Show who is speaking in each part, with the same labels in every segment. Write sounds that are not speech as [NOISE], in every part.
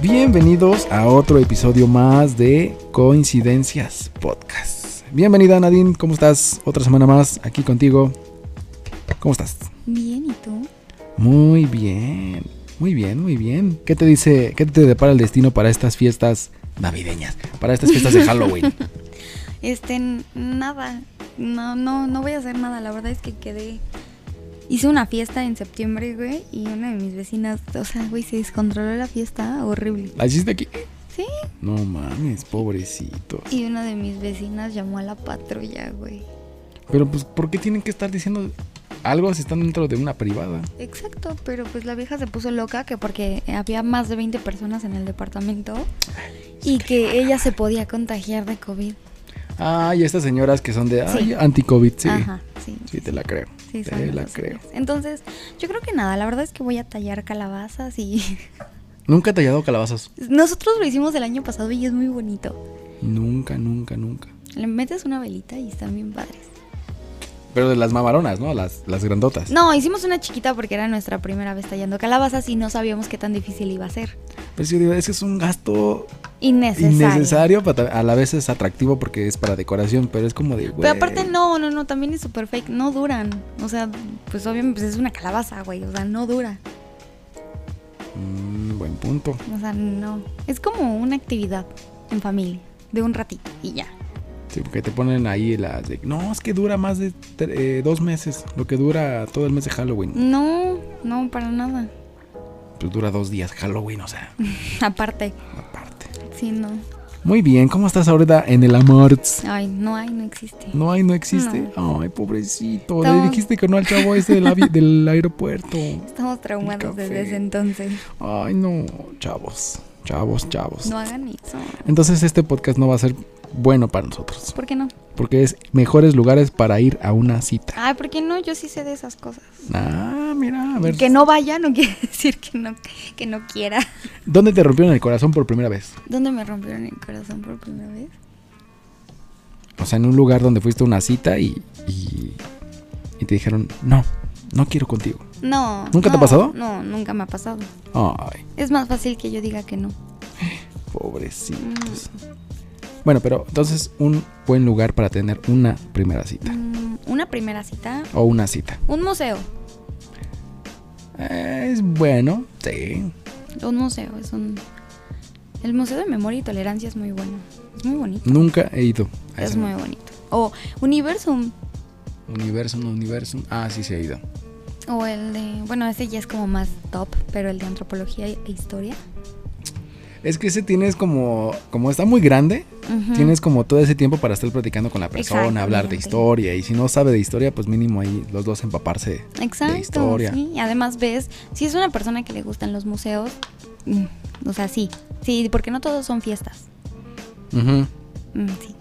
Speaker 1: bienvenidos a otro episodio más de Coincidencias Podcast. Bienvenida Nadine, ¿cómo estás? Otra semana más aquí contigo. ¿Cómo estás?
Speaker 2: Bien, ¿y tú?
Speaker 1: Muy bien, muy bien, muy bien. ¿Qué te dice, qué te depara el destino para estas fiestas navideñas, para estas fiestas de
Speaker 2: [LAUGHS]
Speaker 1: Halloween?
Speaker 2: Este, n- nada. No, no, no voy a hacer nada. La verdad es que quedé. Hice una fiesta en septiembre, güey, y una de mis vecinas, o sea, güey, se descontroló la fiesta, horrible.
Speaker 1: ¿La hiciste aquí?
Speaker 2: Sí.
Speaker 1: No mames, pobrecito.
Speaker 2: Y una de mis vecinas llamó a la patrulla, güey.
Speaker 1: Pero pues, ¿por qué tienen que estar diciendo algo si están dentro de una privada?
Speaker 2: Exacto, pero pues la vieja se puso loca que porque había más de 20 personas en el departamento y que ella se podía contagiar de COVID.
Speaker 1: Ah, y estas señoras que son de
Speaker 2: Sí.
Speaker 1: ay, anti-COVID, sí.
Speaker 2: Ajá, sí.
Speaker 1: Sí, te la creo.
Speaker 2: Sí, son
Speaker 1: te la
Speaker 2: groseras.
Speaker 1: creo.
Speaker 2: Entonces, yo creo que nada, la verdad es que voy a tallar calabazas y
Speaker 1: Nunca he tallado calabazas.
Speaker 2: nosotros lo hicimos el año pasado y es muy bonito.
Speaker 1: Nunca, nunca, nunca.
Speaker 2: Le metes una velita y están bien padres.
Speaker 1: Pero de las mamaronas, ¿no? Las, las grandotas.
Speaker 2: No, hicimos una chiquita porque era nuestra primera vez tallando calabazas y no sabíamos qué tan difícil iba a ser.
Speaker 1: Pero sí, Pues yo digo, es que es un gasto
Speaker 2: Innecesario.
Speaker 1: innecesario, pero ta- a la vez es atractivo porque es para decoración, pero es como de, güey.
Speaker 2: Pero aparte no, no, no, también es super fake, no duran. O sea, pues obviamente pues es una calabaza, güey, o sea, no dura.
Speaker 1: Mm, buen punto.
Speaker 2: O sea, no. Es como una actividad en familia, de un ratito y ya.
Speaker 1: Sí, porque te ponen ahí las de, no, es que dura más de tre- eh, dos meses, lo que dura todo el mes de Halloween.
Speaker 2: No, no, para nada. [LAUGHS]
Speaker 1: Pues dura dos días Halloween, o sea, [LAUGHS]
Speaker 2: Aparte,
Speaker 1: aparte.
Speaker 2: sí, no.
Speaker 1: Muy bien, ¿cómo estás ahorita en el amor?
Speaker 2: Ay, no hay, no existe.
Speaker 1: No hay, no existe.
Speaker 2: Mm.
Speaker 1: Ay, pobrecito. Le
Speaker 2: No.
Speaker 1: dijiste que no al chavo ese del,
Speaker 2: [LAUGHS]
Speaker 1: avi- del aeropuerto.
Speaker 2: Estamos traumados
Speaker 1: Café.
Speaker 2: desde ese entonces.
Speaker 1: Ay, no, chavos, chavos, chavos.
Speaker 2: No hagan eso.
Speaker 1: Entonces este podcast no va a ser bueno para nosotros,
Speaker 2: ¿Por qué no?
Speaker 1: porque es mejores lugares para ir a una cita.
Speaker 2: Ay, ¿por qué no? Yo sí sé de esas cosas.
Speaker 1: Ah, mira, a ver.
Speaker 2: Que no vaya no quiere [LAUGHS] decir que no, que no quiera.
Speaker 1: ¿Dónde te rompieron el corazón por primera vez?
Speaker 2: ¿Dónde me rompieron el corazón por primera vez?
Speaker 1: O sea, en un lugar donde fuiste a una cita y, y, y te dijeron, no, no quiero contigo.
Speaker 2: No.
Speaker 1: ¿Nunca te ha
Speaker 2: no,
Speaker 1: pasado?
Speaker 2: No, nunca me ha pasado.
Speaker 1: Ay,
Speaker 2: Es más fácil que yo diga que no.
Speaker 1: pobrecitos. Bueno, pero entonces un buen lugar para tener una primera cita.
Speaker 2: Mm, una primera cita.
Speaker 1: O una cita.
Speaker 2: Un museo.
Speaker 1: Eh, Es bueno, sí.
Speaker 2: Un museo es un... El Museo de Memoria y Tolerancia es muy bueno. Es muy bonito.
Speaker 1: Nunca he ido a
Speaker 2: Es
Speaker 1: ese
Speaker 2: muy bonito. O Universum.
Speaker 1: Universum, Universum. Ah, sí, se ha ido.
Speaker 2: O el de... Bueno, ese ya es como más top, pero el de antropología e historia.
Speaker 1: Es que ese tienes como, como está muy grande,
Speaker 2: Ujú.
Speaker 1: tienes como todo ese tiempo para estar platicando con la persona, hablar de
Speaker 2: Exactamente.
Speaker 1: historia. Y si no sabe de historia, pues mínimo ahí los dos empaparse.
Speaker 2: Exacto,
Speaker 1: de historia.
Speaker 2: sí. Y Además ves, si es una persona que le gustan los museos, mm, o sea, sí, sí, porque no todos son fiestas.
Speaker 1: Ujú.
Speaker 2: Mm, sí.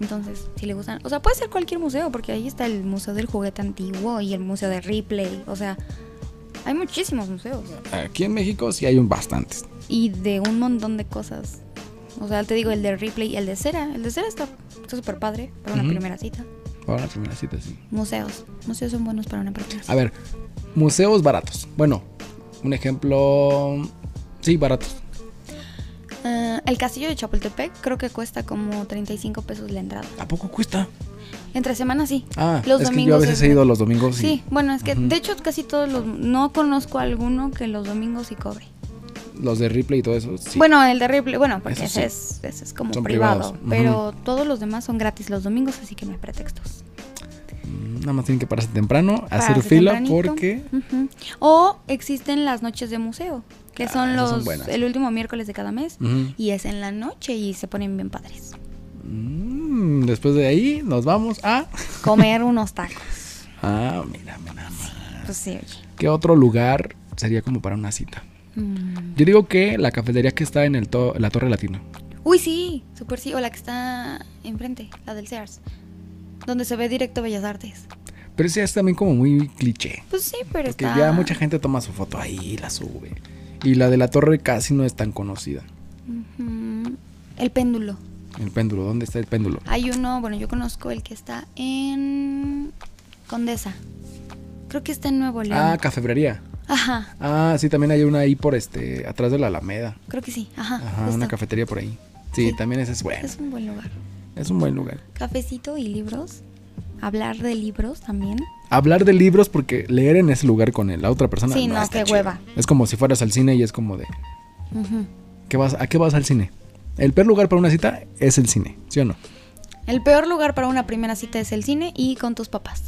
Speaker 2: Entonces, si le gustan, o sea, puede ser cualquier museo, porque ahí está el Museo del Juguete Antiguo y el Museo de Ripley, o sea, hay muchísimos museos
Speaker 1: Aquí en México sí hay un bastantes.
Speaker 2: y de un montón de cosas. O sea, te digo, el de Ripley y el de Cera, el de Cera está está súper padre para una
Speaker 1: Ujú.
Speaker 2: primera cita.
Speaker 1: Para la primera cita, sí.
Speaker 2: Museos, museos son buenos para una primera cita.
Speaker 1: A ver, museos baratos. Bueno, un ejemplo. Sí, baratos.
Speaker 2: Eh, el castillo de Chapultepec creo que cuesta como 35 pesos la entrada.
Speaker 1: ¿A poco cuesta?
Speaker 2: Entre semanas sí.
Speaker 1: Ah, es
Speaker 2: Los
Speaker 1: que yo a
Speaker 2: domingos
Speaker 1: veces
Speaker 2: es
Speaker 1: he ido
Speaker 2: gratis.
Speaker 1: los domingos. y-
Speaker 2: Sí, bueno, es que
Speaker 1: Ujú.
Speaker 2: de hecho casi todos los... No conozco alguno que los domingos sí cobre.
Speaker 1: Los de Ripley y todo eso. sí.
Speaker 2: Bueno, el de Ripley, bueno, porque
Speaker 1: Eso
Speaker 2: ese,
Speaker 1: sí.
Speaker 2: es, ese es como
Speaker 1: Son
Speaker 2: privado.
Speaker 1: privados, ujú.
Speaker 2: Pero todos los demás son gratis los domingos, así que no hay pretextos.
Speaker 1: Mm, Nada más tienen que pararse temprano, hacer
Speaker 2: Pararse
Speaker 1: fila
Speaker 2: tempranito.
Speaker 1: porque
Speaker 2: Ujú. O existen las noches de museo, que
Speaker 1: Ah,
Speaker 2: son
Speaker 1: esas son
Speaker 2: los...
Speaker 1: buenas.
Speaker 2: el último miércoles de cada mes.
Speaker 1: Ujú.
Speaker 2: Y es en la noche y se ponen bien padres.
Speaker 1: Mm, después de ahí nos vamos a...
Speaker 2: Comer unos tacos.
Speaker 1: Ah, mira, mira. mira.
Speaker 2: Pues sí, oye.
Speaker 1: ¿Qué otro lugar sería como para una cita?
Speaker 2: Mm.
Speaker 1: Yo digo que la cafetería que está en el to- la Torre Latina.
Speaker 2: Uy, sí, super sí, o la que está enfrente, la del Sears, donde se ve directo Bellas Artes.
Speaker 1: Pero ese es también como muy cliché.
Speaker 2: Pues sí, pero
Speaker 1: Porque
Speaker 2: está...
Speaker 1: ya mucha gente toma su foto ahí y la sube. Y la de la torre casi no es tan conocida.
Speaker 2: Ujú. El péndulo.
Speaker 1: El péndulo, ¿dónde está el péndulo?
Speaker 2: Hay uno, bueno, yo conozco el que está en Condesa. Creo que está en Nuevo León.
Speaker 1: Ah, cafebrería.
Speaker 2: Ah, Ajá,
Speaker 1: Ah, sí, también hay una ahí por este, atrás de la Alameda.
Speaker 2: creo que sí. Ajá,
Speaker 1: Ajá,
Speaker 2: Ah, justo.
Speaker 1: una cafetería por ahí. Sí,
Speaker 2: Sí.
Speaker 1: también ese es bueno.
Speaker 2: Es un buen lugar.
Speaker 1: Es un buen lugar.
Speaker 2: Cafecito y libros. Hablar de libros también.
Speaker 1: Hablar de libros porque leer en ese lugar con la otra persona.
Speaker 2: Sí, no,
Speaker 1: está
Speaker 2: qué
Speaker 1: chido.
Speaker 2: hueva.
Speaker 1: Es como si fueras al cine y es como de,
Speaker 2: Ujú.
Speaker 1: ¿qué vas, ¿a qué vas al cine? El peor lugar para una cita es el cine, ¿sí o no?
Speaker 2: El peor lugar para una primera cita es el cine y con tus papás.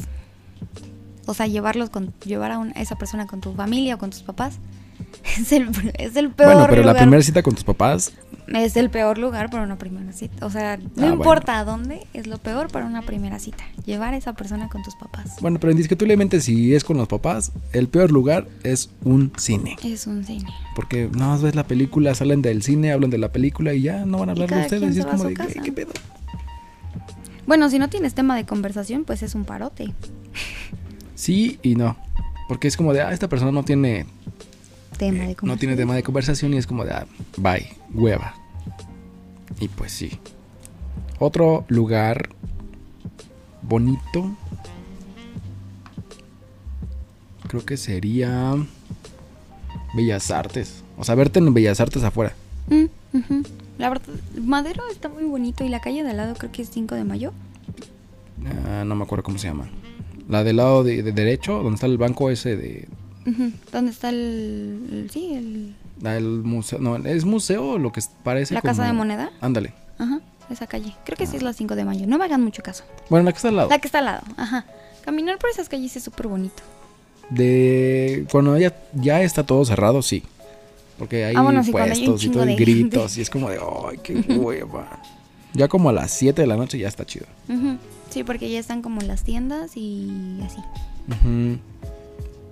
Speaker 2: O sea, llevarlos con, llevar a, una- a esa persona con tu familia o con tus papás [LAUGHS] es el, es el peor
Speaker 1: bueno, pero
Speaker 2: lugar.
Speaker 1: la primera cita con tus papás,
Speaker 2: Es el peor lugar para una primera cita. O sea, no
Speaker 1: Ah, bueno.
Speaker 2: importa a dónde, es lo peor para una primera cita. Llevar a esa persona con tus papás.
Speaker 1: bueno, pero indiscutiblemente si es con los papás, el peor lugar es un cine.
Speaker 2: Es un cine.
Speaker 1: Porque no más ves la película, salen del cine, hablan de la película y ya no van a
Speaker 2: Y
Speaker 1: hablar de
Speaker 2: cada
Speaker 1: ustedes.
Speaker 2: quien
Speaker 1: Y
Speaker 2: se
Speaker 1: es
Speaker 2: va a
Speaker 1: como
Speaker 2: su
Speaker 1: de, "Güey,
Speaker 2: casa".
Speaker 1: ¿qué pedo?
Speaker 2: Bueno, si no tienes tema de conversación, pues es un parote.
Speaker 1: Sí y no. Porque es como de, ah, esta persona no tiene,
Speaker 2: Tema de
Speaker 1: eh, no
Speaker 2: conversación.
Speaker 1: tiene tema de conversación y es como de, ah, bye, hueva. Y pues sí. Otro lugar bonito. Creo que sería Bellas Artes. O sea, verte en Bellas Artes afuera.
Speaker 2: Mm, ujú. La verdad, Madero está muy bonito y la calle de al lado creo que es 5 de mayo.
Speaker 1: Ah, no me acuerdo cómo se llama. La del lado de, de derecho, donde está el banco ese de...
Speaker 2: Ujú, ¿Dónde está el, el- Sí, el-
Speaker 1: ah, El museo, no, es museo lo que es- parece
Speaker 2: la casa
Speaker 1: como-
Speaker 2: de moneda.
Speaker 1: Ándale.
Speaker 2: Ajá, esa calle. Creo que sí es la 5 de mayo. No me hagan mucho caso.
Speaker 1: Bueno, la que está al lado.
Speaker 2: La que está al lado. Ajá. Caminar por esas calles es súper bonito.
Speaker 1: De... Cuando ya, ya está todo cerrado, sí. Porque hay
Speaker 2: Ah, bueno, sí, cuando hay un
Speaker 1: puestos y
Speaker 2: chingo
Speaker 1: todo, y
Speaker 2: de
Speaker 1: gritos.
Speaker 2: gente.
Speaker 1: Y es como de, ¡ay,
Speaker 2: [LAUGHS]
Speaker 1: qué hueva! ya como a las 7 de la noche ya está chido.
Speaker 2: Ujú, Sí, porque ya están como las tiendas y así.
Speaker 1: Ujú.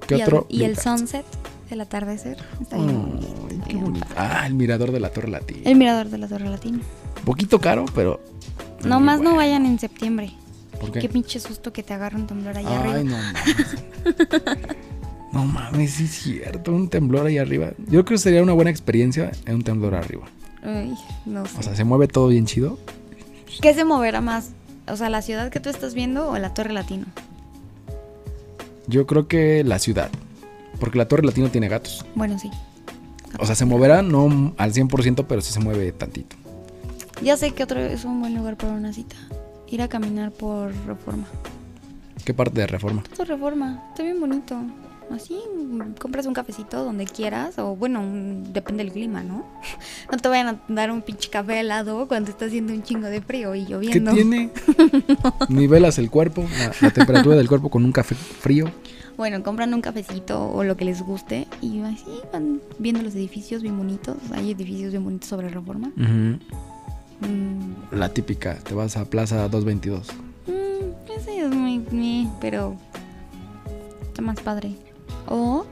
Speaker 1: ¿Qué
Speaker 2: y al-
Speaker 1: otro?
Speaker 2: y el
Speaker 1: lugar?
Speaker 2: sunset, el atardecer. Está bien bonito,
Speaker 1: Ay,
Speaker 2: está
Speaker 1: qué
Speaker 2: bien
Speaker 1: bonito.
Speaker 2: padre.
Speaker 1: Ah, el mirador de la Torre Latina.
Speaker 2: El mirador de la Torre Latina.
Speaker 1: Poquito caro, pero...
Speaker 2: Nomás no
Speaker 1: vaya
Speaker 2: vayan en septiembre.
Speaker 1: ¿Por
Speaker 2: Qué pinche susto que te agarra un temblor allá
Speaker 1: Ay,
Speaker 2: arriba.
Speaker 1: no mames.
Speaker 2: [LAUGHS]
Speaker 1: no mames, sí es cierto. Un temblor ahí arriba. Yo creo que sería una buena experiencia en un temblor arriba.
Speaker 2: Ay, no sé.
Speaker 1: O sea, se mueve todo bien chido.
Speaker 2: ¿Qué se moverá más? O sea, la ciudad que tú estás viendo o la Torre Latina.
Speaker 1: Yo creo que la ciudad. Porque la Torre Latino tiene gatos.
Speaker 2: Bueno, sí.
Speaker 1: O sea, se moverá no al 100%, pero sí se mueve tantito.
Speaker 2: Ya sé que otro es un buen lugar para una cita. Ir a caminar por Reforma.
Speaker 1: ¿Qué parte de reforma?
Speaker 2: Todo Reforma, está bien bonito. Así mm, compras un cafecito donde quieras o bueno, un- depende del clima, ¿no? [LAUGHS] No te vayan a dar un pinche café helado cuando está haciendo un chingo de frío y
Speaker 1: ¿Qué
Speaker 2: lloviendo. [LAUGHS]
Speaker 1: tiene? Nivelas el cuerpo, la, la temperatura del cuerpo con un café frío.
Speaker 2: Bueno, compran un cafecito o lo que les guste y así van viendo los edificios bien bonitos. Hay edificios bien bonitos sobre Reforma. Mm,
Speaker 1: La típica, te vas a Plaza 222.
Speaker 2: Mm, ese es muy meh, pero está más padre. O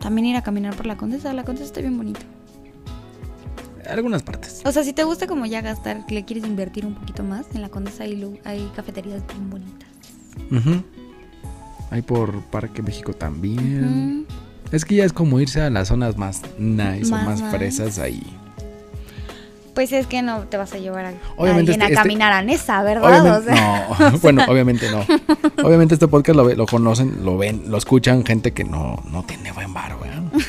Speaker 2: también ir a caminar por la Condesa. La Condesa está bien bonito.
Speaker 1: Algunas partes.
Speaker 2: O sea, si te gusta como ya gastar, que le quieres invertir un poquito más, en la Condesa hay, lu- hay cafeterías bien bonitas.
Speaker 1: Ujú. Hay por Parque México también.
Speaker 2: Ujú.
Speaker 1: Es que ya es como irse a las zonas más nice o
Speaker 2: Más
Speaker 1: más
Speaker 2: nice.
Speaker 1: fresas ahí.
Speaker 2: Pues es que no te vas a llevar a,
Speaker 1: Obviamente
Speaker 2: a alguien
Speaker 1: este-
Speaker 2: a
Speaker 1: este-
Speaker 2: caminar a Nesa, ¿verdad? O
Speaker 1: Obviamente,
Speaker 2: sea,
Speaker 1: no. [LAUGHS] bueno, obviamente no. Obviamente este podcast lo, ve- lo conocen, lo ven, lo escuchan gente que no, no tiene buen bar, güey. O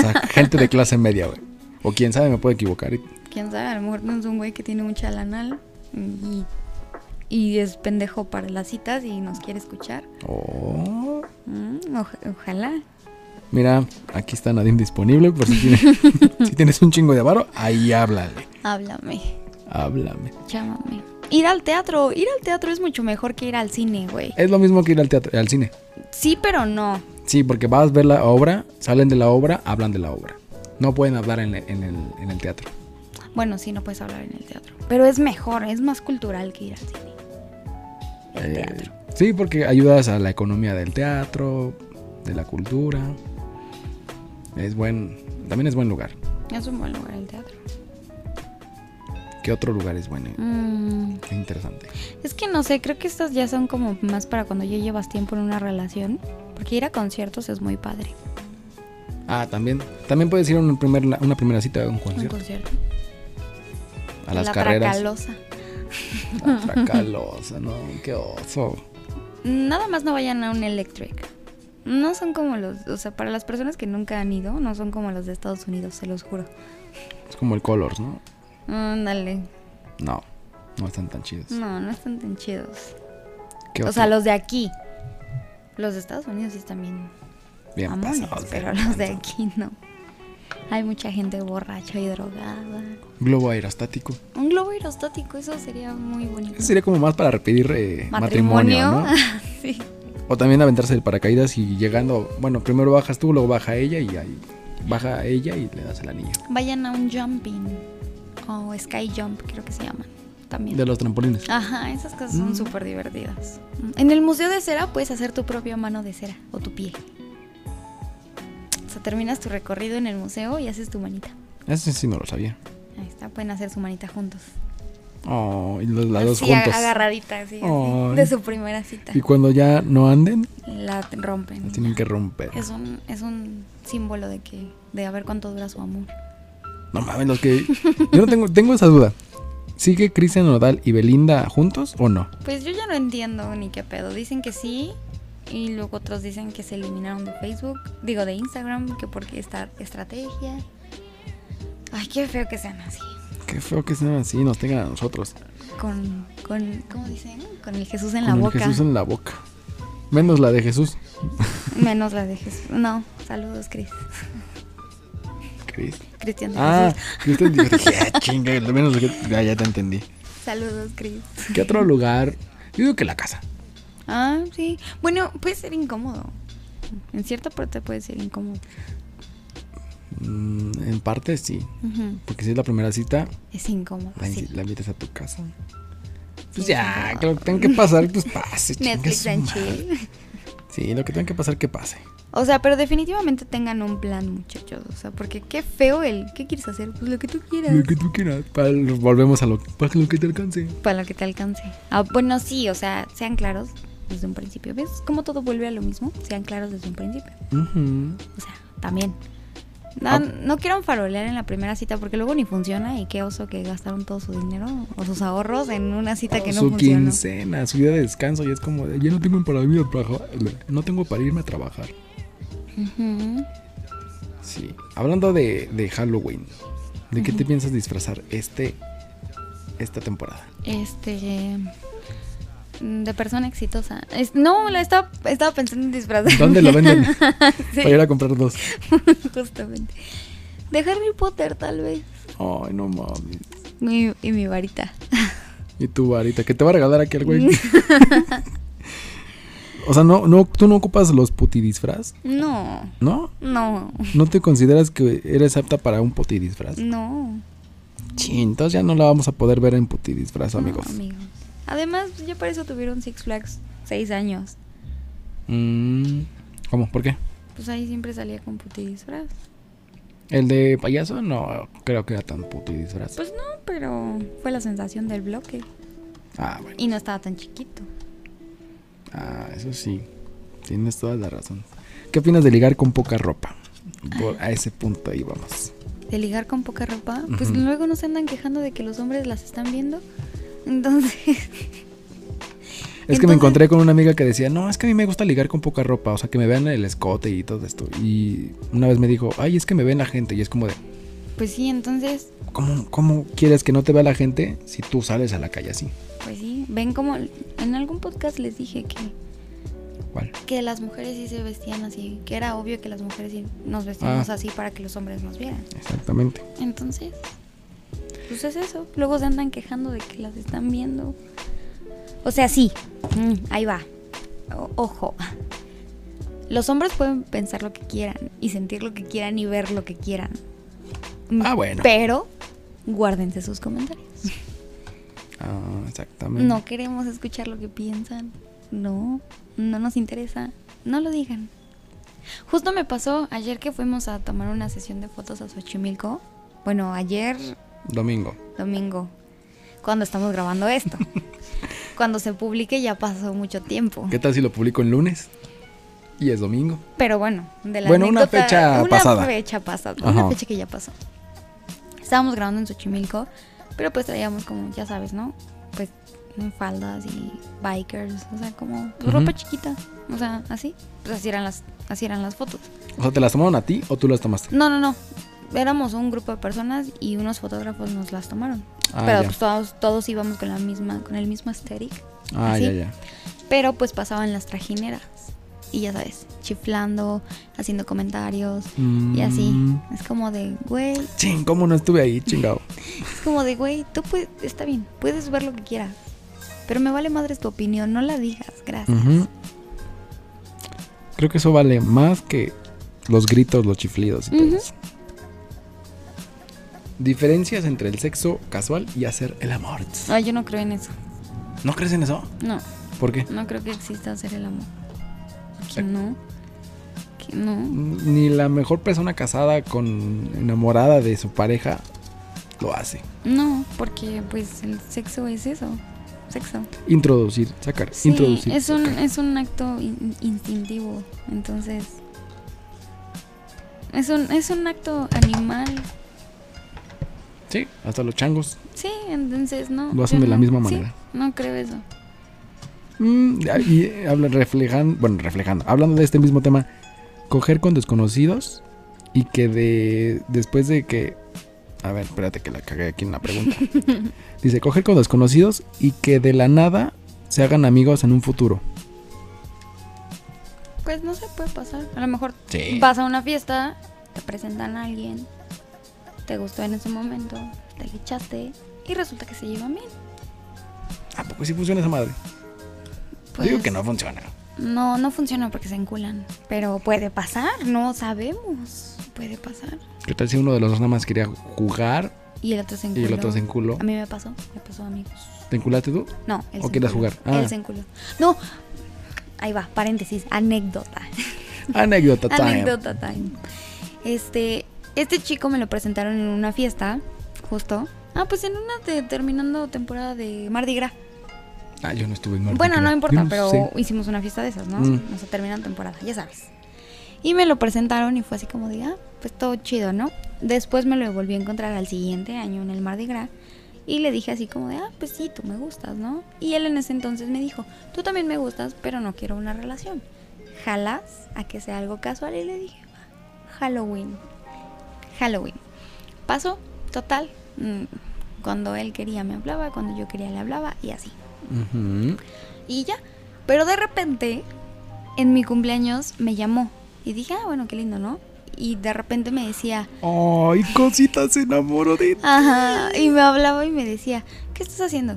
Speaker 1: sea, gente de clase media, güey. O quién sabe, me puedo equivocar. y-
Speaker 2: [LAUGHS] quién sabe, a lo mejor no es un güey que tiene mucha lanal y, y es pendejo para las citas y nos quiere escuchar.
Speaker 1: Oh.
Speaker 2: Mm, oja- ojalá.
Speaker 1: Mira, aquí está Nadine disponible por si, tiene- si tienes un chingo de varo, ahí háblale.
Speaker 2: Háblame,
Speaker 1: Háblame.
Speaker 2: llámame. Ir al teatro, ir al teatro es mucho mejor que ir al cine, güey.
Speaker 1: Es lo mismo que ir al teatro, al cine.
Speaker 2: Sí, pero no.
Speaker 1: Sí, porque vas a ver la obra, salen de la obra, hablan de la obra. No pueden hablar en el, en el- en el teatro.
Speaker 2: Bueno, sí, no puedes hablar en el teatro. Pero es mejor, es más cultural que ir al cine. El
Speaker 1: Eh,
Speaker 2: teatro.
Speaker 1: Sí, porque ayudas a la economía del teatro, de la cultura. Es buen, también es buen lugar.
Speaker 2: Es un buen lugar el teatro.
Speaker 1: ¿Qué otro lugar es bueno?
Speaker 2: Mm,
Speaker 1: Qué interesante.
Speaker 2: Es que no sé, creo que estas ya son como más para cuando ya llevas tiempo en una relación. Porque ir a conciertos es muy padre.
Speaker 1: Ah, también, también puedes ir a una, primer- una primera cita a un
Speaker 2: Un
Speaker 1: concierto,
Speaker 2: concierto.
Speaker 1: a las
Speaker 2: La
Speaker 1: carreras.
Speaker 2: Tracalosa.
Speaker 1: La Tracalosa, no, qué oso.
Speaker 2: Nada más no vayan a un electric. No son como los, o sea, para las personas que nunca han ido, no son como los de Estados Unidos, se los juro.
Speaker 1: Es como el Colors, ¿no?
Speaker 2: Ándale.
Speaker 1: No, no están tan chidos.
Speaker 2: No, no están tan chidos.
Speaker 1: ¿Qué
Speaker 2: Mm, O
Speaker 1: otro?
Speaker 2: sea, los de aquí. Los de Estados Unidos sí están bien
Speaker 1: Bien
Speaker 2: mamones,
Speaker 1: pasados de
Speaker 2: pero los de
Speaker 1: lanza.
Speaker 2: aquí no. Hay mucha gente borracha y drogada.
Speaker 1: Globo aerostático.
Speaker 2: Un globo aerostático, eso sería muy bonito.
Speaker 1: Ese sería como más para repetir eh, matrimonio, ¿no?
Speaker 2: [LAUGHS] sí.
Speaker 1: O también aventarse el paracaídas y llegando, bueno, primero bajas tú, luego baja ella y ahí baja ella y le das el anillo.
Speaker 2: Vayan a un jumping o sky jump, creo que se llaman también.
Speaker 1: De los trampolines.
Speaker 2: Ajá, esas cosas son
Speaker 1: Mm.
Speaker 2: súper divertidas. Mm. En el museo de cera puedes hacer tu propia mano de cera o tu pie. O sea, terminas tu recorrido en el museo y haces tu manita.
Speaker 1: Ese sí no lo sabía.
Speaker 2: Ahí está, pueden hacer su manita juntos.
Speaker 1: Oh, y los, las dos
Speaker 2: así, a-
Speaker 1: juntos.
Speaker 2: agarradita, así, así,
Speaker 1: Ay.
Speaker 2: de su primera cita.
Speaker 1: Y cuando ya no anden,
Speaker 2: La t- rompen.
Speaker 1: las tienen que romper.
Speaker 2: Es un, es un símbolo de que, de a ver cuánto dura su amor.
Speaker 1: No mames, los que. Yo no tengo, tengo esa duda. ¿Sigue Cristian Nodal y Belinda juntos o no?
Speaker 2: Pues yo ya no entiendo ni qué pedo. Dicen que sí y luego otros dicen que se eliminaron de Facebook, digo de Instagram, que porque esta estrategia. Ay, qué feo que sean así.
Speaker 1: Qué feo que sean así, nos tengan a nosotros.
Speaker 2: Con, con ¿cómo dicen? Con el Jesús en la
Speaker 1: Con el
Speaker 2: boca.
Speaker 1: Jesús en la boca. Menos la de Jesús.
Speaker 2: Menos la de Jesús. No, saludos, Cris.
Speaker 1: Cris.
Speaker 2: Cristian de
Speaker 1: Ah,
Speaker 2: Jesús.
Speaker 1: Cristian dijo, "Ya, "Ah, chinga, lo menos que... Ya, ya te entendí.
Speaker 2: Saludos, Cris.
Speaker 1: ¿Qué otro lugar? Yo digo que la casa.
Speaker 2: Ah, sí. Bueno, puede ser incómodo. En cierta parte puede ser incómodo.
Speaker 1: Mm, en parte sí.
Speaker 2: Ujú.
Speaker 1: Porque si es la primera cita,
Speaker 2: Es incómodo.
Speaker 1: la,
Speaker 2: sí.
Speaker 1: invi- la invitas a tu casa. Pues
Speaker 2: Sí,
Speaker 1: ya,
Speaker 2: sí.
Speaker 1: que lo que tenga que pasar, pues pase. chinga
Speaker 2: [LAUGHS] Netflix
Speaker 1: su
Speaker 2: and
Speaker 1: madre.
Speaker 2: chill.
Speaker 1: Sí, lo que tenga que pasar, que pase.
Speaker 2: O sea, pero definitivamente tengan un plan, muchachos. O sea, porque qué feo el. ¿Qué quieres hacer? Pues lo que tú quieras.
Speaker 1: Lo que tú quieras. Pa- volvemos a lo, pa' lo que te alcance.
Speaker 2: Para lo que te alcance. Ah, bueno, sí, o sea, sean claros desde un principio. ¿Ves cómo todo vuelve a lo mismo? Sean claros desde un principio.
Speaker 1: Ujú.
Speaker 2: O sea, también. No,
Speaker 1: Ah.
Speaker 2: no quieran farolear en la primera cita porque luego ni funciona y qué oso que gastaron todo su dinero o sus ahorros en una cita que no
Speaker 1: su
Speaker 2: funcionó.
Speaker 1: quincena, su día de descanso, y es como, de, ya no tengo para irme a trabajar, eh, no tengo para irme a trabajar.
Speaker 2: Ujú.
Speaker 1: Sí. Hablando de, de Halloween, ¿de qué te piensas disfrazar este esta temporada?
Speaker 2: Este. mm, De persona exitosa. Es- no, la estaba, estaba pensando en disfrazar.
Speaker 1: ¿Dónde lo venden?
Speaker 2: Sí,
Speaker 1: Para ir a comprar dos.
Speaker 2: [LAUGHS] justamente. De Harry Potter, tal vez.
Speaker 1: Ay, no mames.
Speaker 2: Y, y mi varita.
Speaker 1: Y tu varita, que te va a regalar aquí el
Speaker 2: [LAUGHS]
Speaker 1: güey. o sea, no, no, tú no ocupas los putidisfraz,
Speaker 2: No,
Speaker 1: ¿no?
Speaker 2: no,
Speaker 1: ¿No te consideras que eres apta para un putidisfraz?
Speaker 2: Mm. no.
Speaker 1: Chin, entonces ya no la vamos a poder ver en putidisfraz, amigos.
Speaker 2: No, amigos. Además, pues, ya para eso tuvieron Six Flags seis años.
Speaker 1: Mm, ¿Cómo? ¿Por qué?
Speaker 2: Pues ahí siempre salía con puti disfraz.
Speaker 1: El de payaso no creo que era tan putidisfraz.
Speaker 2: Pues no, pero fue la sensación del bloque.
Speaker 1: Ah, bueno.
Speaker 2: Y no estaba tan chiquito.
Speaker 1: Ah, eso sí. Tienes toda la razón. ¿Qué opinas de ligar con poca ropa? Por- a ese punto ahí vamos.
Speaker 2: De ligar con poca ropa, pues
Speaker 1: Ujú.
Speaker 2: luego no se andan quejando de que los hombres las están viendo. Entonces, [LAUGHS]
Speaker 1: Es que me
Speaker 2: Entonces-
Speaker 1: encontré con una amiga que decía, no, es que a mí me gusta ligar con poca ropa, o sea, que me vean el escote y todo esto. Y una vez me dijo, ay, es que me ven la gente. Y es como de,
Speaker 2: pues sí, entonces,
Speaker 1: ¿cómo, cómo quieres que no te vea la gente si tú sales a la calle así?
Speaker 2: pues sí, ven como en algún podcast les dije que
Speaker 1: ¿Cuál?
Speaker 2: que las mujeres sí se vestían así, que era obvio que las mujeres sí nos vestíamos
Speaker 1: Ah.
Speaker 2: así para que los hombres nos vieran.
Speaker 1: Exactamente.
Speaker 2: Entonces, pues es eso. Luego se andan quejando de que las están viendo. O sea, sí, mm, ahí va. O- ojo. Los hombres pueden pensar lo que quieran y sentir lo que quieran y ver lo que quieran. Mm,
Speaker 1: Ah, bueno.
Speaker 2: Pero guárdense sus comentarios.
Speaker 1: Ah, exactamente.
Speaker 2: No queremos escuchar lo que piensan. No, no nos interesa. No lo digan. Justo me pasó ayer que fuimos a tomar una sesión de fotos a Xochimilco. Bueno, ayer
Speaker 1: Domingo.
Speaker 2: domingo, cuando estamos grabando
Speaker 1: [LAUGHS]
Speaker 2: esto. cuando se publique ya pasó mucho tiempo.
Speaker 1: ¿Qué tal si lo publico en lunes? Y es domingo.
Speaker 2: Pero bueno, de la
Speaker 1: Bueno, una
Speaker 2: anécdota-
Speaker 1: fecha pasada.
Speaker 2: Una fecha pasada,
Speaker 1: Ajá.
Speaker 2: una fecha que ya pasó. Estábamos grabando en Xochimilco, pero pues traíamos como, ya sabes, ¿no? Pues en faldas y bikers, o sea, como pues,
Speaker 1: Ujú.
Speaker 2: ropa chiquita, o sea, así, pues así eran las, así eran las fotos.
Speaker 1: O sea, ¿te las tomaron a ti o tú las tomaste?
Speaker 2: No, no, no, éramos un grupo de personas y unos fotógrafos nos las tomaron,
Speaker 1: Ah,
Speaker 2: pero
Speaker 1: ya.
Speaker 2: pues todos, todos íbamos con la misma, con el mismo aesthetic,
Speaker 1: Ah, ya,
Speaker 2: así.
Speaker 1: ya.
Speaker 2: pero pues pasaban las trajineras y ya sabes, chiflando, haciendo comentarios y así,
Speaker 1: Mm.
Speaker 2: es como de, güey,
Speaker 1: Ching, ¿cómo no estuve ahí, chingado?
Speaker 2: Es como de, güey, tú puedes, está bien, puedes ver lo que quieras. Pero me vale madres tu opinión, no la digas, gracias.
Speaker 1: Ujú. Creo que eso vale más que los gritos, los chiflidos y todo
Speaker 2: Ujú.
Speaker 1: eso. Diferencias entre el sexo casual y hacer el amor.
Speaker 2: Ay, yo no creo en eso.
Speaker 1: ¿No crees en eso?
Speaker 2: No,
Speaker 1: ¿Por qué?
Speaker 2: no creo que exista hacer el amor. Que no. Que no.
Speaker 1: Ni la mejor persona casada con enamorada de su pareja lo hace.
Speaker 2: No, porque pues el sexo es eso. Sexo.
Speaker 1: Introducir, sacar,
Speaker 2: Sí,
Speaker 1: introducir.
Speaker 2: es un,
Speaker 1: sacar.
Speaker 2: es un acto in- instintivo. Entonces. Es un, es un acto animal.
Speaker 1: Sí, hasta los changos
Speaker 2: Sí, entonces no.
Speaker 1: Lo hacen
Speaker 2: yo
Speaker 1: de la
Speaker 2: no-
Speaker 1: misma
Speaker 2: sí,
Speaker 1: manera.
Speaker 2: no creo eso.
Speaker 1: Mm, y eh, hablan, reflejan, bueno, reflejando, hablando de este mismo tema, coger con desconocidos y que de después de que, a ver, espérate que la cagué aquí en la
Speaker 2: [LAUGHS]
Speaker 1: pregunta. Dice, coger con desconocidos y que de la nada se hagan amigos en un futuro.
Speaker 2: Pues no se puede pasar. A lo mejor
Speaker 1: Sí.
Speaker 2: vas a una fiesta, te presentan a alguien, te gustó en ese momento, te lichaste y resulta que se llevan bien.
Speaker 1: Ah, ¿A poco sí funciona esa madre?
Speaker 2: Pues,
Speaker 1: Digo que no funciona.
Speaker 2: No, no funciona porque se enculan. Pero puede pasar, no sabemos. Puede pasar.
Speaker 1: ¿Qué tal si uno de los dos nada más quería jugar
Speaker 2: Y el otro se
Speaker 1: y
Speaker 2: enculó.
Speaker 1: el otro se enculó?
Speaker 2: A mí me pasó, me pasó, amigos.
Speaker 1: ¿Te enculaste tú?
Speaker 2: No, él
Speaker 1: ¿O
Speaker 2: se
Speaker 1: quieres
Speaker 2: enculó.
Speaker 1: jugar? Ah.
Speaker 2: Él se enculó. No, ahí va, paréntesis, anécdota.
Speaker 1: Anécdota time.
Speaker 2: Anécdota time. Este, este chico me lo presentaron en una fiesta, justo. Ah, pues en una de- terminando temporada de Mardi Gras.
Speaker 1: Ah, yo no estuve en Mardi
Speaker 2: Bueno,
Speaker 1: Gras.
Speaker 2: no
Speaker 1: Yo
Speaker 2: importa, pero
Speaker 1: sé.
Speaker 2: hicimos una fiesta de esas, ¿no?
Speaker 1: Mm.
Speaker 2: O sea, terminan temporada, ya sabes. Y me lo presentaron y fue así como de, ah, pues todo chido, ¿no? Después me lo volví a encontrar al siguiente año en el Mardi Gras y le dije así como de, ah, pues sí, tú me gustas, ¿no? Y él en ese entonces me dijo, tú también me gustas, pero no quiero una relación. ¿Jalas a que sea algo casual? Y le dije, "Va, Halloween. Halloween. Pasó, total. mm, Cuando él quería me hablaba, cuando yo quería le hablaba y así
Speaker 1: Ujú.
Speaker 2: y ya. Pero de repente, en mi cumpleaños me llamó y dije, ah, bueno, qué lindo, ¿no? Y de repente me decía,
Speaker 1: Ay, cosita se enamoró de
Speaker 2: ajá, y me hablaba y me decía, ¿qué estás haciendo?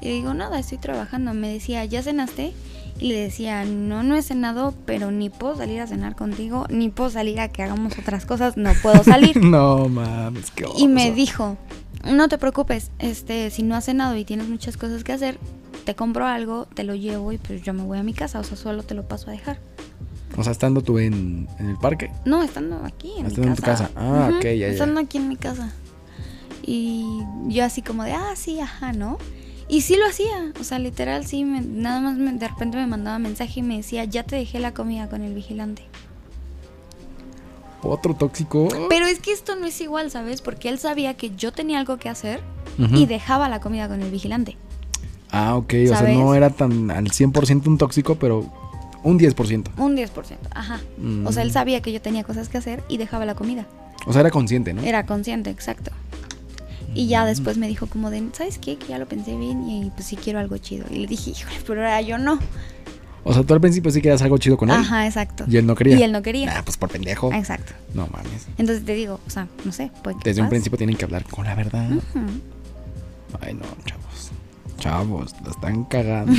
Speaker 2: Y le digo, nada, estoy trabajando. Me decía, ¿ya cenaste? Y le decía, no, no he cenado, pero ni puedo salir a cenar contigo, ni puedo salir a que hagamos otras cosas, no puedo salir.
Speaker 1: [LAUGHS] No mames, qué
Speaker 2: Y me
Speaker 1: oso.
Speaker 2: dijo, no te preocupes, este, si no has cenado y tienes muchas cosas que hacer, te compro algo, te lo llevo y pues yo me voy a mi casa, o sea, solo te lo paso a dejar.
Speaker 1: O sea, estando tú en, en el parque.
Speaker 2: No, estando aquí en
Speaker 1: Estando
Speaker 2: mi
Speaker 1: en tu
Speaker 2: casa.
Speaker 1: casa. Ah,
Speaker 2: Ujú,
Speaker 1: ok, ya, ya.
Speaker 2: Estando aquí en mi casa. Y yo así como de, ah, sí, ajá, ¿no? Y sí lo hacía, o sea, literal, sí, me- nada más me- de repente me mandaba mensaje y me decía, ya te dejé la comida con el vigilante.
Speaker 1: Otro tóxico.
Speaker 2: Pero es que esto no es igual, ¿sabes? Porque él sabía que yo tenía algo que hacer
Speaker 1: Ujú.
Speaker 2: y dejaba la comida con el vigilante.
Speaker 1: Ah, ok. O sea,
Speaker 2: ¿Sabes?
Speaker 1: no era tan al 100% un tóxico, pero un 10%.
Speaker 2: Un 10%, ajá.
Speaker 1: Mm.
Speaker 2: O sea, él sabía que yo tenía cosas que hacer y dejaba la comida.
Speaker 1: O sea, era consciente, ¿no?
Speaker 2: Era consciente, exacto. Y
Speaker 1: Mm.
Speaker 2: ya después me dijo como de, ¿sabes qué? Que ya lo pensé bien y pues sí quiero algo chido. Y le dije, [LAUGHS] híjole, pero ahora yo no.
Speaker 1: O sea, tú al principio sí querías algo chido con él.
Speaker 2: Ajá, exacto.
Speaker 1: Y él no quería.
Speaker 2: Y él no quería.
Speaker 1: Ah, pues por pendejo.
Speaker 2: Exacto.
Speaker 1: No mames.
Speaker 2: Entonces te digo, o sea, no sé, puede que
Speaker 1: Desde un
Speaker 2: pase.
Speaker 1: principio tienen que hablar con la verdad.
Speaker 2: Ujú.
Speaker 1: Ay, no, chavos. Chavos, la están cagando.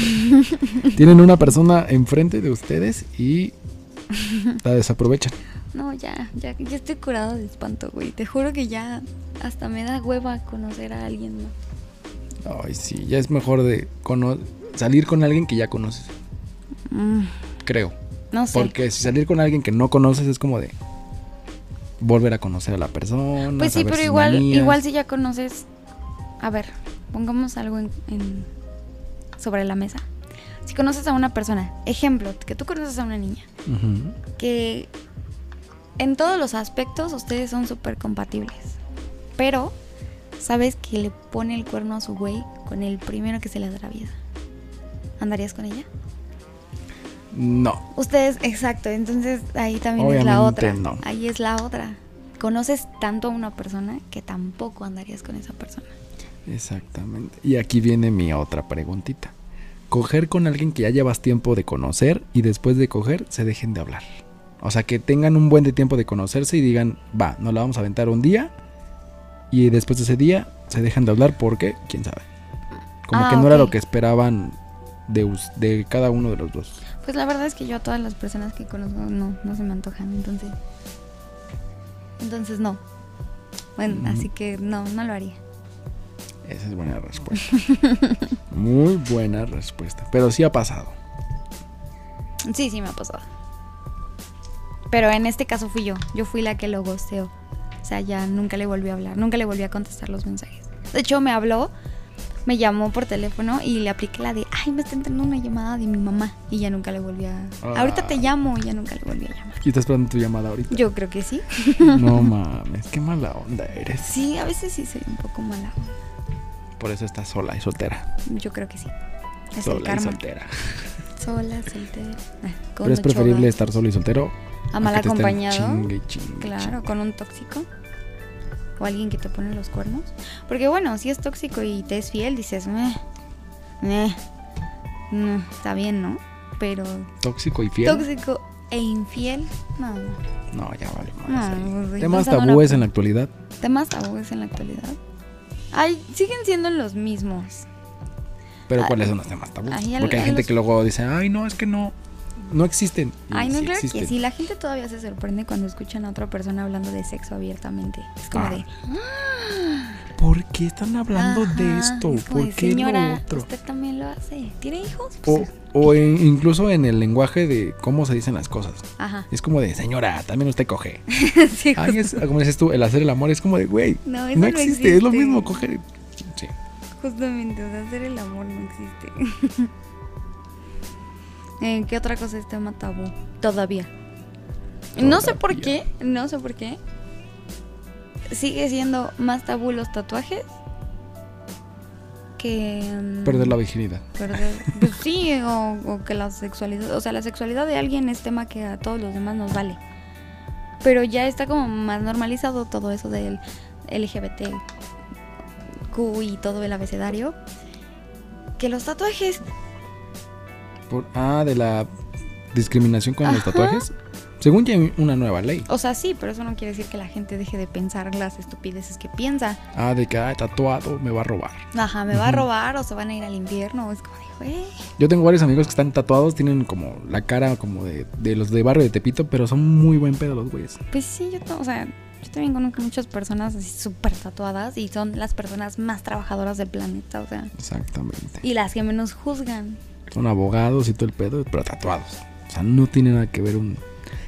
Speaker 1: tienen una persona enfrente de ustedes y la desaprovechan.
Speaker 2: No, ya, ya, ya estoy curada de espanto, güey. Te juro que ya hasta me da hueva conocer a alguien más.
Speaker 1: Ay, sí, ya es mejor de cono- salir con alguien que ya conoces,
Speaker 2: Mm,
Speaker 1: creo.
Speaker 2: no sé.
Speaker 1: Porque si salir con alguien que no conoces es como de volver a conocer a la persona.
Speaker 2: Pues sí,
Speaker 1: saber
Speaker 2: pero
Speaker 1: sus
Speaker 2: igual,
Speaker 1: manías.
Speaker 2: igual si ya conoces. A ver, pongamos algo en, en- sobre la mesa. Si conoces a una persona, ejemplo, que tú conoces a una niña,
Speaker 1: Ujú.
Speaker 2: que en todos los aspectos ustedes son súper compatibles, pero sabes que le pone el cuerno a su güey con el primero que se le atraviesa. ¿Andarías con ella?
Speaker 1: No.
Speaker 2: Ustedes, exacto, entonces ahí también es la
Speaker 1: Obviamente
Speaker 2: otra.
Speaker 1: no.
Speaker 2: Ahí es la otra. Conoces tanto a una persona que tampoco andarías con esa persona.
Speaker 1: Exactamente. Y aquí viene mi otra preguntita. Coger con alguien que ya llevas tiempo de conocer y después de coger se dejen de hablar. O sea, que tengan un buen de tiempo de conocerse y digan, va, nos la vamos a aventar un día y después de ese día se dejan de hablar porque, quién sabe. Como
Speaker 2: Ah,
Speaker 1: que no era
Speaker 2: ok.
Speaker 1: lo que esperaban de, us- de cada uno de los dos.
Speaker 2: Pues la verdad es que yo a todas las personas que conozco no, no se me antojan, entonces. Entonces no. Bueno,
Speaker 1: Mm.
Speaker 2: así que no, no lo haría.
Speaker 1: Esa es buena
Speaker 2: [LAUGHS]
Speaker 1: respuesta. Muy buena respuesta. Pero sí ha pasado.
Speaker 2: Sí, sí me ha pasado. Pero en este caso fui yo. Yo fui la que lo gosteó. O sea, ya nunca le volví a hablar, nunca le volví a contestar los mensajes. De hecho, me habló, me llamó por teléfono y le apliqué la de, ay, me está entrando una llamada de mi mamá. Y ya nunca le volví a...
Speaker 1: Ah.
Speaker 2: Ahorita te llamo y ya nunca le volví a llamar.
Speaker 1: Y estás esperando tu llamada
Speaker 2: [LAUGHS]
Speaker 1: ahorita.
Speaker 2: Yo creo que sí.
Speaker 1: No mames, qué mala onda eres.
Speaker 2: Sí, a veces sí soy un poco mala. onda.
Speaker 1: Por eso estás sola y soltera.
Speaker 2: Yo creo que sí. Es el
Speaker 1: sola y
Speaker 2: karma.
Speaker 1: soltera.
Speaker 2: Sola, soltera. Ah, con
Speaker 1: Pero es
Speaker 2: ocho
Speaker 1: preferible
Speaker 2: gatos.
Speaker 1: estar solo y soltero.
Speaker 2: A mal
Speaker 1: que te estén
Speaker 2: acompañado.
Speaker 1: chingue y chingue y
Speaker 2: Claro,
Speaker 1: chingue.
Speaker 2: con un tóxico. O alguien que te pone los cuernos. Porque bueno, si es tóxico y te es fiel, dices, meh, meh, no, está bien, ¿no? Pero
Speaker 1: Tóxico y fiel.
Speaker 2: tóxico e infiel, no, no.
Speaker 1: No, ya vale. más
Speaker 2: No,
Speaker 1: ahí.
Speaker 2: pues, ahí
Speaker 1: Temas
Speaker 2: vas a dar
Speaker 1: tabúes
Speaker 2: una-
Speaker 1: en la actualidad.
Speaker 2: Temas tabúes en la actualidad. Ay, siguen siendo los mismos.
Speaker 1: Pero
Speaker 2: Ah,
Speaker 1: ¿cuáles son los temas tabúes?
Speaker 2: ahí al-
Speaker 1: Porque hay
Speaker 2: a
Speaker 1: gente
Speaker 2: los-
Speaker 1: que luego dice, ay, no, es que no. No existen. Y
Speaker 2: Ay, no,
Speaker 1: sí
Speaker 2: claro
Speaker 1: existen.
Speaker 2: que sí. La gente todavía se sorprende cuando escuchan a otra persona hablando de sexo abiertamente. Es como
Speaker 1: Ah,
Speaker 2: de.
Speaker 1: ¿Por qué están hablando de
Speaker 2: "Ajá",
Speaker 1: esto?
Speaker 2: es como
Speaker 1: ¿Por
Speaker 2: de,
Speaker 1: qué
Speaker 2: Señora,
Speaker 1: lo otro?
Speaker 2: usted también lo hace. ¿Tiene hijos?
Speaker 1: O,
Speaker 2: Pues,
Speaker 1: o en- incluso en el lenguaje de cómo se dicen las cosas.
Speaker 2: [LAUGHS] Ajá. [LAUGHS]
Speaker 1: Es como de, señora, también usted coge.
Speaker 2: Sí,
Speaker 1: Ay, es, como dices tú, el hacer el amor es como de, güey,
Speaker 2: No,
Speaker 1: no,
Speaker 2: eso no
Speaker 1: existe, es lo
Speaker 2: existe.
Speaker 1: mismo coger. Sí.
Speaker 2: [LAUGHS] Justamente, o sea, hacer el amor no existe. [LAUGHS] Eh, ¿Qué otra cosa es tema tabú? Todavía. No sé por qué,
Speaker 1: Todavía.
Speaker 2: no sé por qué. Sigue siendo más tabú los tatuajes que... mm,
Speaker 1: Perder la virginidad.
Speaker 2: perder- pues sí, o, o que la sexualidad... O sea, la sexualidad de alguien es tema que a todos los demás nos vale. Pero ya está como más normalizado todo eso del LGBT, Q y todo el abecedario. Que los tatuajes.
Speaker 1: Por- ah, de la discriminación con los
Speaker 2: Ajá.
Speaker 1: tatuajes. Según ya hay una nueva ley.
Speaker 2: O sea, sí, pero eso no quiere decir que la gente deje de pensar las estupideces que piensa.
Speaker 1: Ah, de que ah, tatuado me va a robar.
Speaker 2: Ajá, me va a
Speaker 1: Ujú.
Speaker 2: robar o se van a ir al invierno. Es como de, güey.
Speaker 1: Yo tengo varios amigos que están tatuados, tienen como la cara como de, de los de barrio de Tepito, pero son muy buen pedo los güeyes.
Speaker 2: Pues sí, yo, to- o sea, yo también conozco muchas personas así súper tatuadas y son las personas más trabajadoras del planeta, o sea.
Speaker 1: Exactamente.
Speaker 2: Y las que menos juzgan.
Speaker 1: Son abogados y todo el pedo, pero tatuados. O sea, no tiene nada que ver un,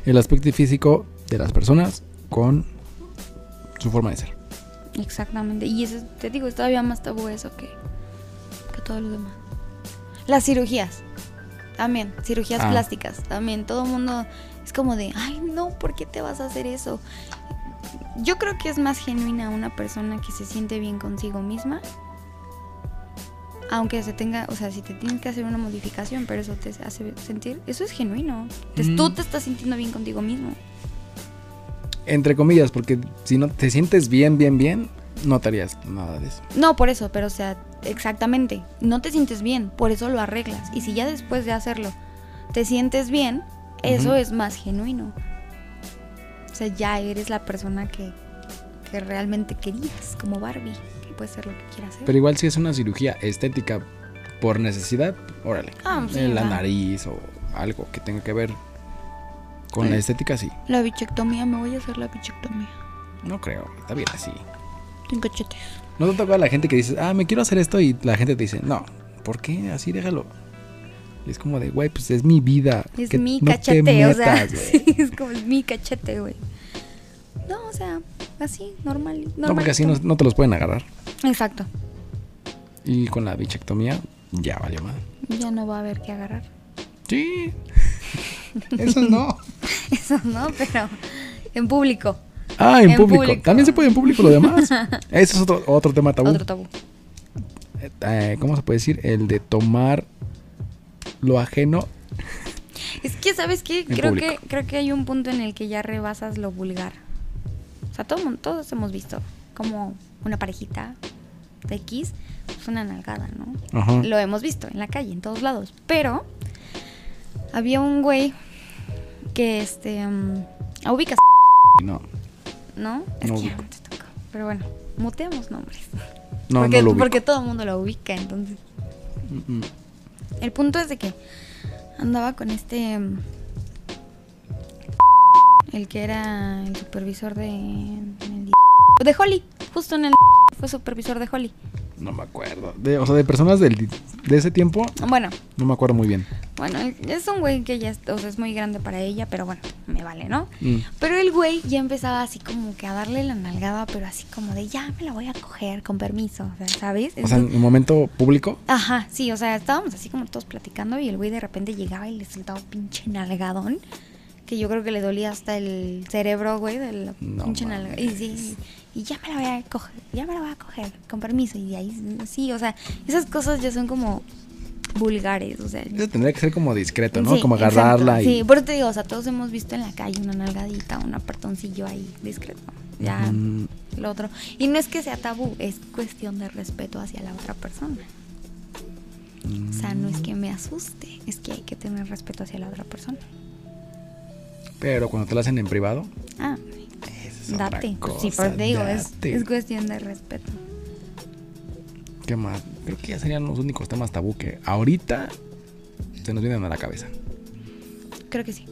Speaker 1: el aspecto físico de las personas con su forma de ser.
Speaker 2: Exactamente. Y eso, te digo, es todavía más tabú eso que, que todo lo demás. Las cirugías. También, cirugías
Speaker 1: Ah.
Speaker 2: plásticas. También, todo el mundo es como de, ay, no, ¿por qué te vas a hacer eso? Yo creo que es más genuina una persona que se siente bien consigo misma. Aunque se tenga, o sea, si te tienes que hacer una modificación, pero eso te hace sentir, eso es genuino. Te-
Speaker 1: Mm.
Speaker 2: Tú te estás sintiendo bien contigo mismo.
Speaker 1: Entre comillas, porque si no te sientes bien, bien, bien, no te harías nada de eso.
Speaker 2: No, por eso, pero o sea, exactamente. No te sientes bien, por eso lo arreglas. Y si ya después de hacerlo te sientes bien, eso
Speaker 1: Ujú.
Speaker 2: es más genuino. O sea, ya eres la persona que, que realmente querías, como Barbie, que puede ser lo que quieras ser.
Speaker 1: Pero igual si es una cirugía estética por necesidad, órale.
Speaker 2: Ah, sí,
Speaker 1: en la
Speaker 2: va.
Speaker 1: nariz o algo que tenga que ver con la
Speaker 2: Sí.
Speaker 1: estética, sí.
Speaker 2: La bichectomía, me voy a hacer la bichectomía.
Speaker 1: No creo, está bien así.
Speaker 2: Tengo cachetes.
Speaker 1: No te toca a la gente que dices, ah, me quiero hacer esto y la gente te dice, no, ¿por qué? Así déjalo. Y es como de, güey, pues es mi vida.
Speaker 2: Es
Speaker 1: que
Speaker 2: mi
Speaker 1: no te
Speaker 2: cachete, o sea,
Speaker 1: metas, [LAUGHS] güey".
Speaker 2: [LAUGHS] sí, es como es mi cachete, güey. No, o sea, así, normal.
Speaker 1: No, porque así no,
Speaker 2: normalito.
Speaker 1: no te los pueden agarrar.
Speaker 2: Exacto.
Speaker 1: Y con la bichectomía, ya valió madre.
Speaker 2: Ya no va a haber que agarrar.
Speaker 1: Sí. [LAUGHS] Eso no.
Speaker 2: [LAUGHS] Eso no, pero en público.
Speaker 1: Ah, en,
Speaker 2: En
Speaker 1: público.
Speaker 2: público.
Speaker 1: También se puede en público lo
Speaker 2: [LAUGHS]
Speaker 1: demás. Eso es otro, otro tema tabú.
Speaker 2: Otro tabú.
Speaker 1: Eh, ¿Cómo se puede decir? El de tomar lo ajeno.
Speaker 2: Es que, ¿sabes qué?
Speaker 1: En
Speaker 2: Creo que,
Speaker 1: público.
Speaker 2: creo que hay un punto en el que ya rebasas lo vulgar. O sea, todo, mun- todos hemos visto como una parejita de X, pues una nalgada, ¿no?
Speaker 1: Ajá.
Speaker 2: Lo hemos visto en la calle, en todos lados. Pero había un güey que, este, um, ubicas,
Speaker 1: No,
Speaker 2: ¿no? Es
Speaker 1: No
Speaker 2: que ya
Speaker 1: ubico.
Speaker 2: no te tocó. Pero bueno, muteamos nombres.
Speaker 1: no,
Speaker 2: porque,
Speaker 1: no lo ubico.
Speaker 2: porque todo el mundo lo ubica, entonces.
Speaker 1: Mm, mm.
Speaker 2: El punto es de que andaba con este. mm, El que era el supervisor de. en el- de Holly, justo en el. Fue supervisor de Holly.
Speaker 1: No me acuerdo. De, o sea, de personas del, de ese tiempo,
Speaker 2: Bueno,
Speaker 1: no me acuerdo muy bien.
Speaker 2: bueno, es un güey que ya es- o sea, es muy grande para ella, pero bueno, me vale, ¿no?
Speaker 1: Mm.
Speaker 2: Pero el güey ya empezaba así como que a darle la nalgada, pero así como de ya me la voy a coger, con permiso, o sea, ¿sabes?
Speaker 1: O sea,
Speaker 2: Entonces-
Speaker 1: en un momento público.
Speaker 2: Ajá, sí, o sea, estábamos así como todos platicando y el güey de repente llegaba y le soltaba un pinche nalgadón. Que yo creo que le dolía hasta el cerebro, güey, del
Speaker 1: No
Speaker 2: pinche nalga. Y
Speaker 1: mames.
Speaker 2: sí, y ya me la voy a coger, ya me la voy a coger, con permiso. Y de ahí, sí, o sea, esas cosas ya son como vulgares, o sea.
Speaker 1: Eso tendría que ser como discreto, ¿no?
Speaker 2: sí,
Speaker 1: como
Speaker 2: exacto,
Speaker 1: agarrarla y.
Speaker 2: Sí, por eso te digo, o sea, todos hemos visto en la calle una nalgadita, un apartoncillo ahí discreto. Ya,
Speaker 1: Mm.
Speaker 2: lo otro. Y no es que sea tabú, es cuestión de respeto hacia la otra persona.
Speaker 1: Mm,
Speaker 2: O sea, no es que me asuste, es que hay que tener respeto hacia la otra persona.
Speaker 1: Pero cuando te la hacen en privado,
Speaker 2: Ah,
Speaker 1: esa es otra
Speaker 2: date.
Speaker 1: cosa,
Speaker 2: sí, pues te digo, es,
Speaker 1: date.
Speaker 2: es cuestión de respeto.
Speaker 1: ¿Qué más? Creo que ya serían los únicos temas tabú que ahorita se nos vienen a la cabeza.
Speaker 2: Creo que sí.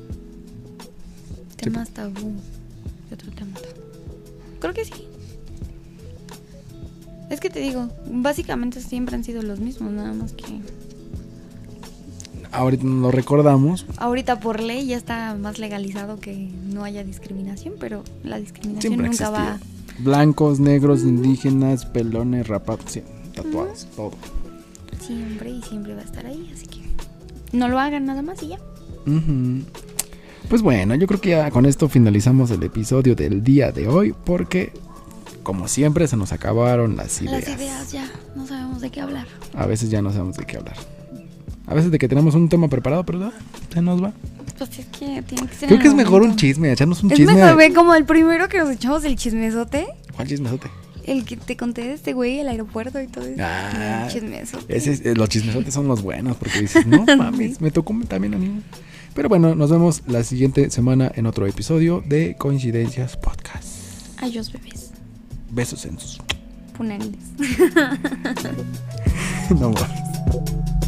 Speaker 2: Temas tabú. ¿Qué otro tema tabú? Creo que sí. Es que te digo, básicamente siempre han sido los mismos, nada más que
Speaker 1: Ahorita no lo recordamos.
Speaker 2: ahorita por ley ya está más legalizado que no haya discriminación, pero la discriminación
Speaker 1: Siempre ha
Speaker 2: nunca
Speaker 1: existido.
Speaker 2: va
Speaker 1: Blancos, negros, indígenas, pelones, rapados, sí, tatuados, todo.
Speaker 2: siempre y siempre va a estar ahí, así que no lo hagan nada más y ya.
Speaker 1: Ujú. Pues bueno, yo creo que ya con esto finalizamos el episodio del día de hoy porque, como siempre, se nos acabaron las ideas.
Speaker 2: Las ideas ya, no sabemos de qué hablar.
Speaker 1: A veces ya no sabemos de qué hablar. A veces de que tenemos un tema preparado, pero ah, se nos va.
Speaker 2: Pues es que tiene que ser.
Speaker 1: Creo
Speaker 2: en
Speaker 1: que es
Speaker 2: el
Speaker 1: mejor un
Speaker 2: momento.
Speaker 1: chisme, echarnos un
Speaker 2: Es
Speaker 1: chisme.
Speaker 2: mejor, ve, como el primero que nos echamos el chismesote,
Speaker 1: ¿Cuál chismesote?
Speaker 2: el que te conté de este güey, el aeropuerto y todo eso.
Speaker 1: Ah,
Speaker 2: el chismesote.
Speaker 1: Ese es- eh, los chismesotes son los buenos porque dices, no mames, me tocó también a mí. Pero bueno, nos vemos la siguiente semana en otro episodio de Coincidencias Podcast.
Speaker 2: Adiós, bebés.
Speaker 1: Besos en sus. [LAUGHS]
Speaker 2: Punanides.
Speaker 1: no mames.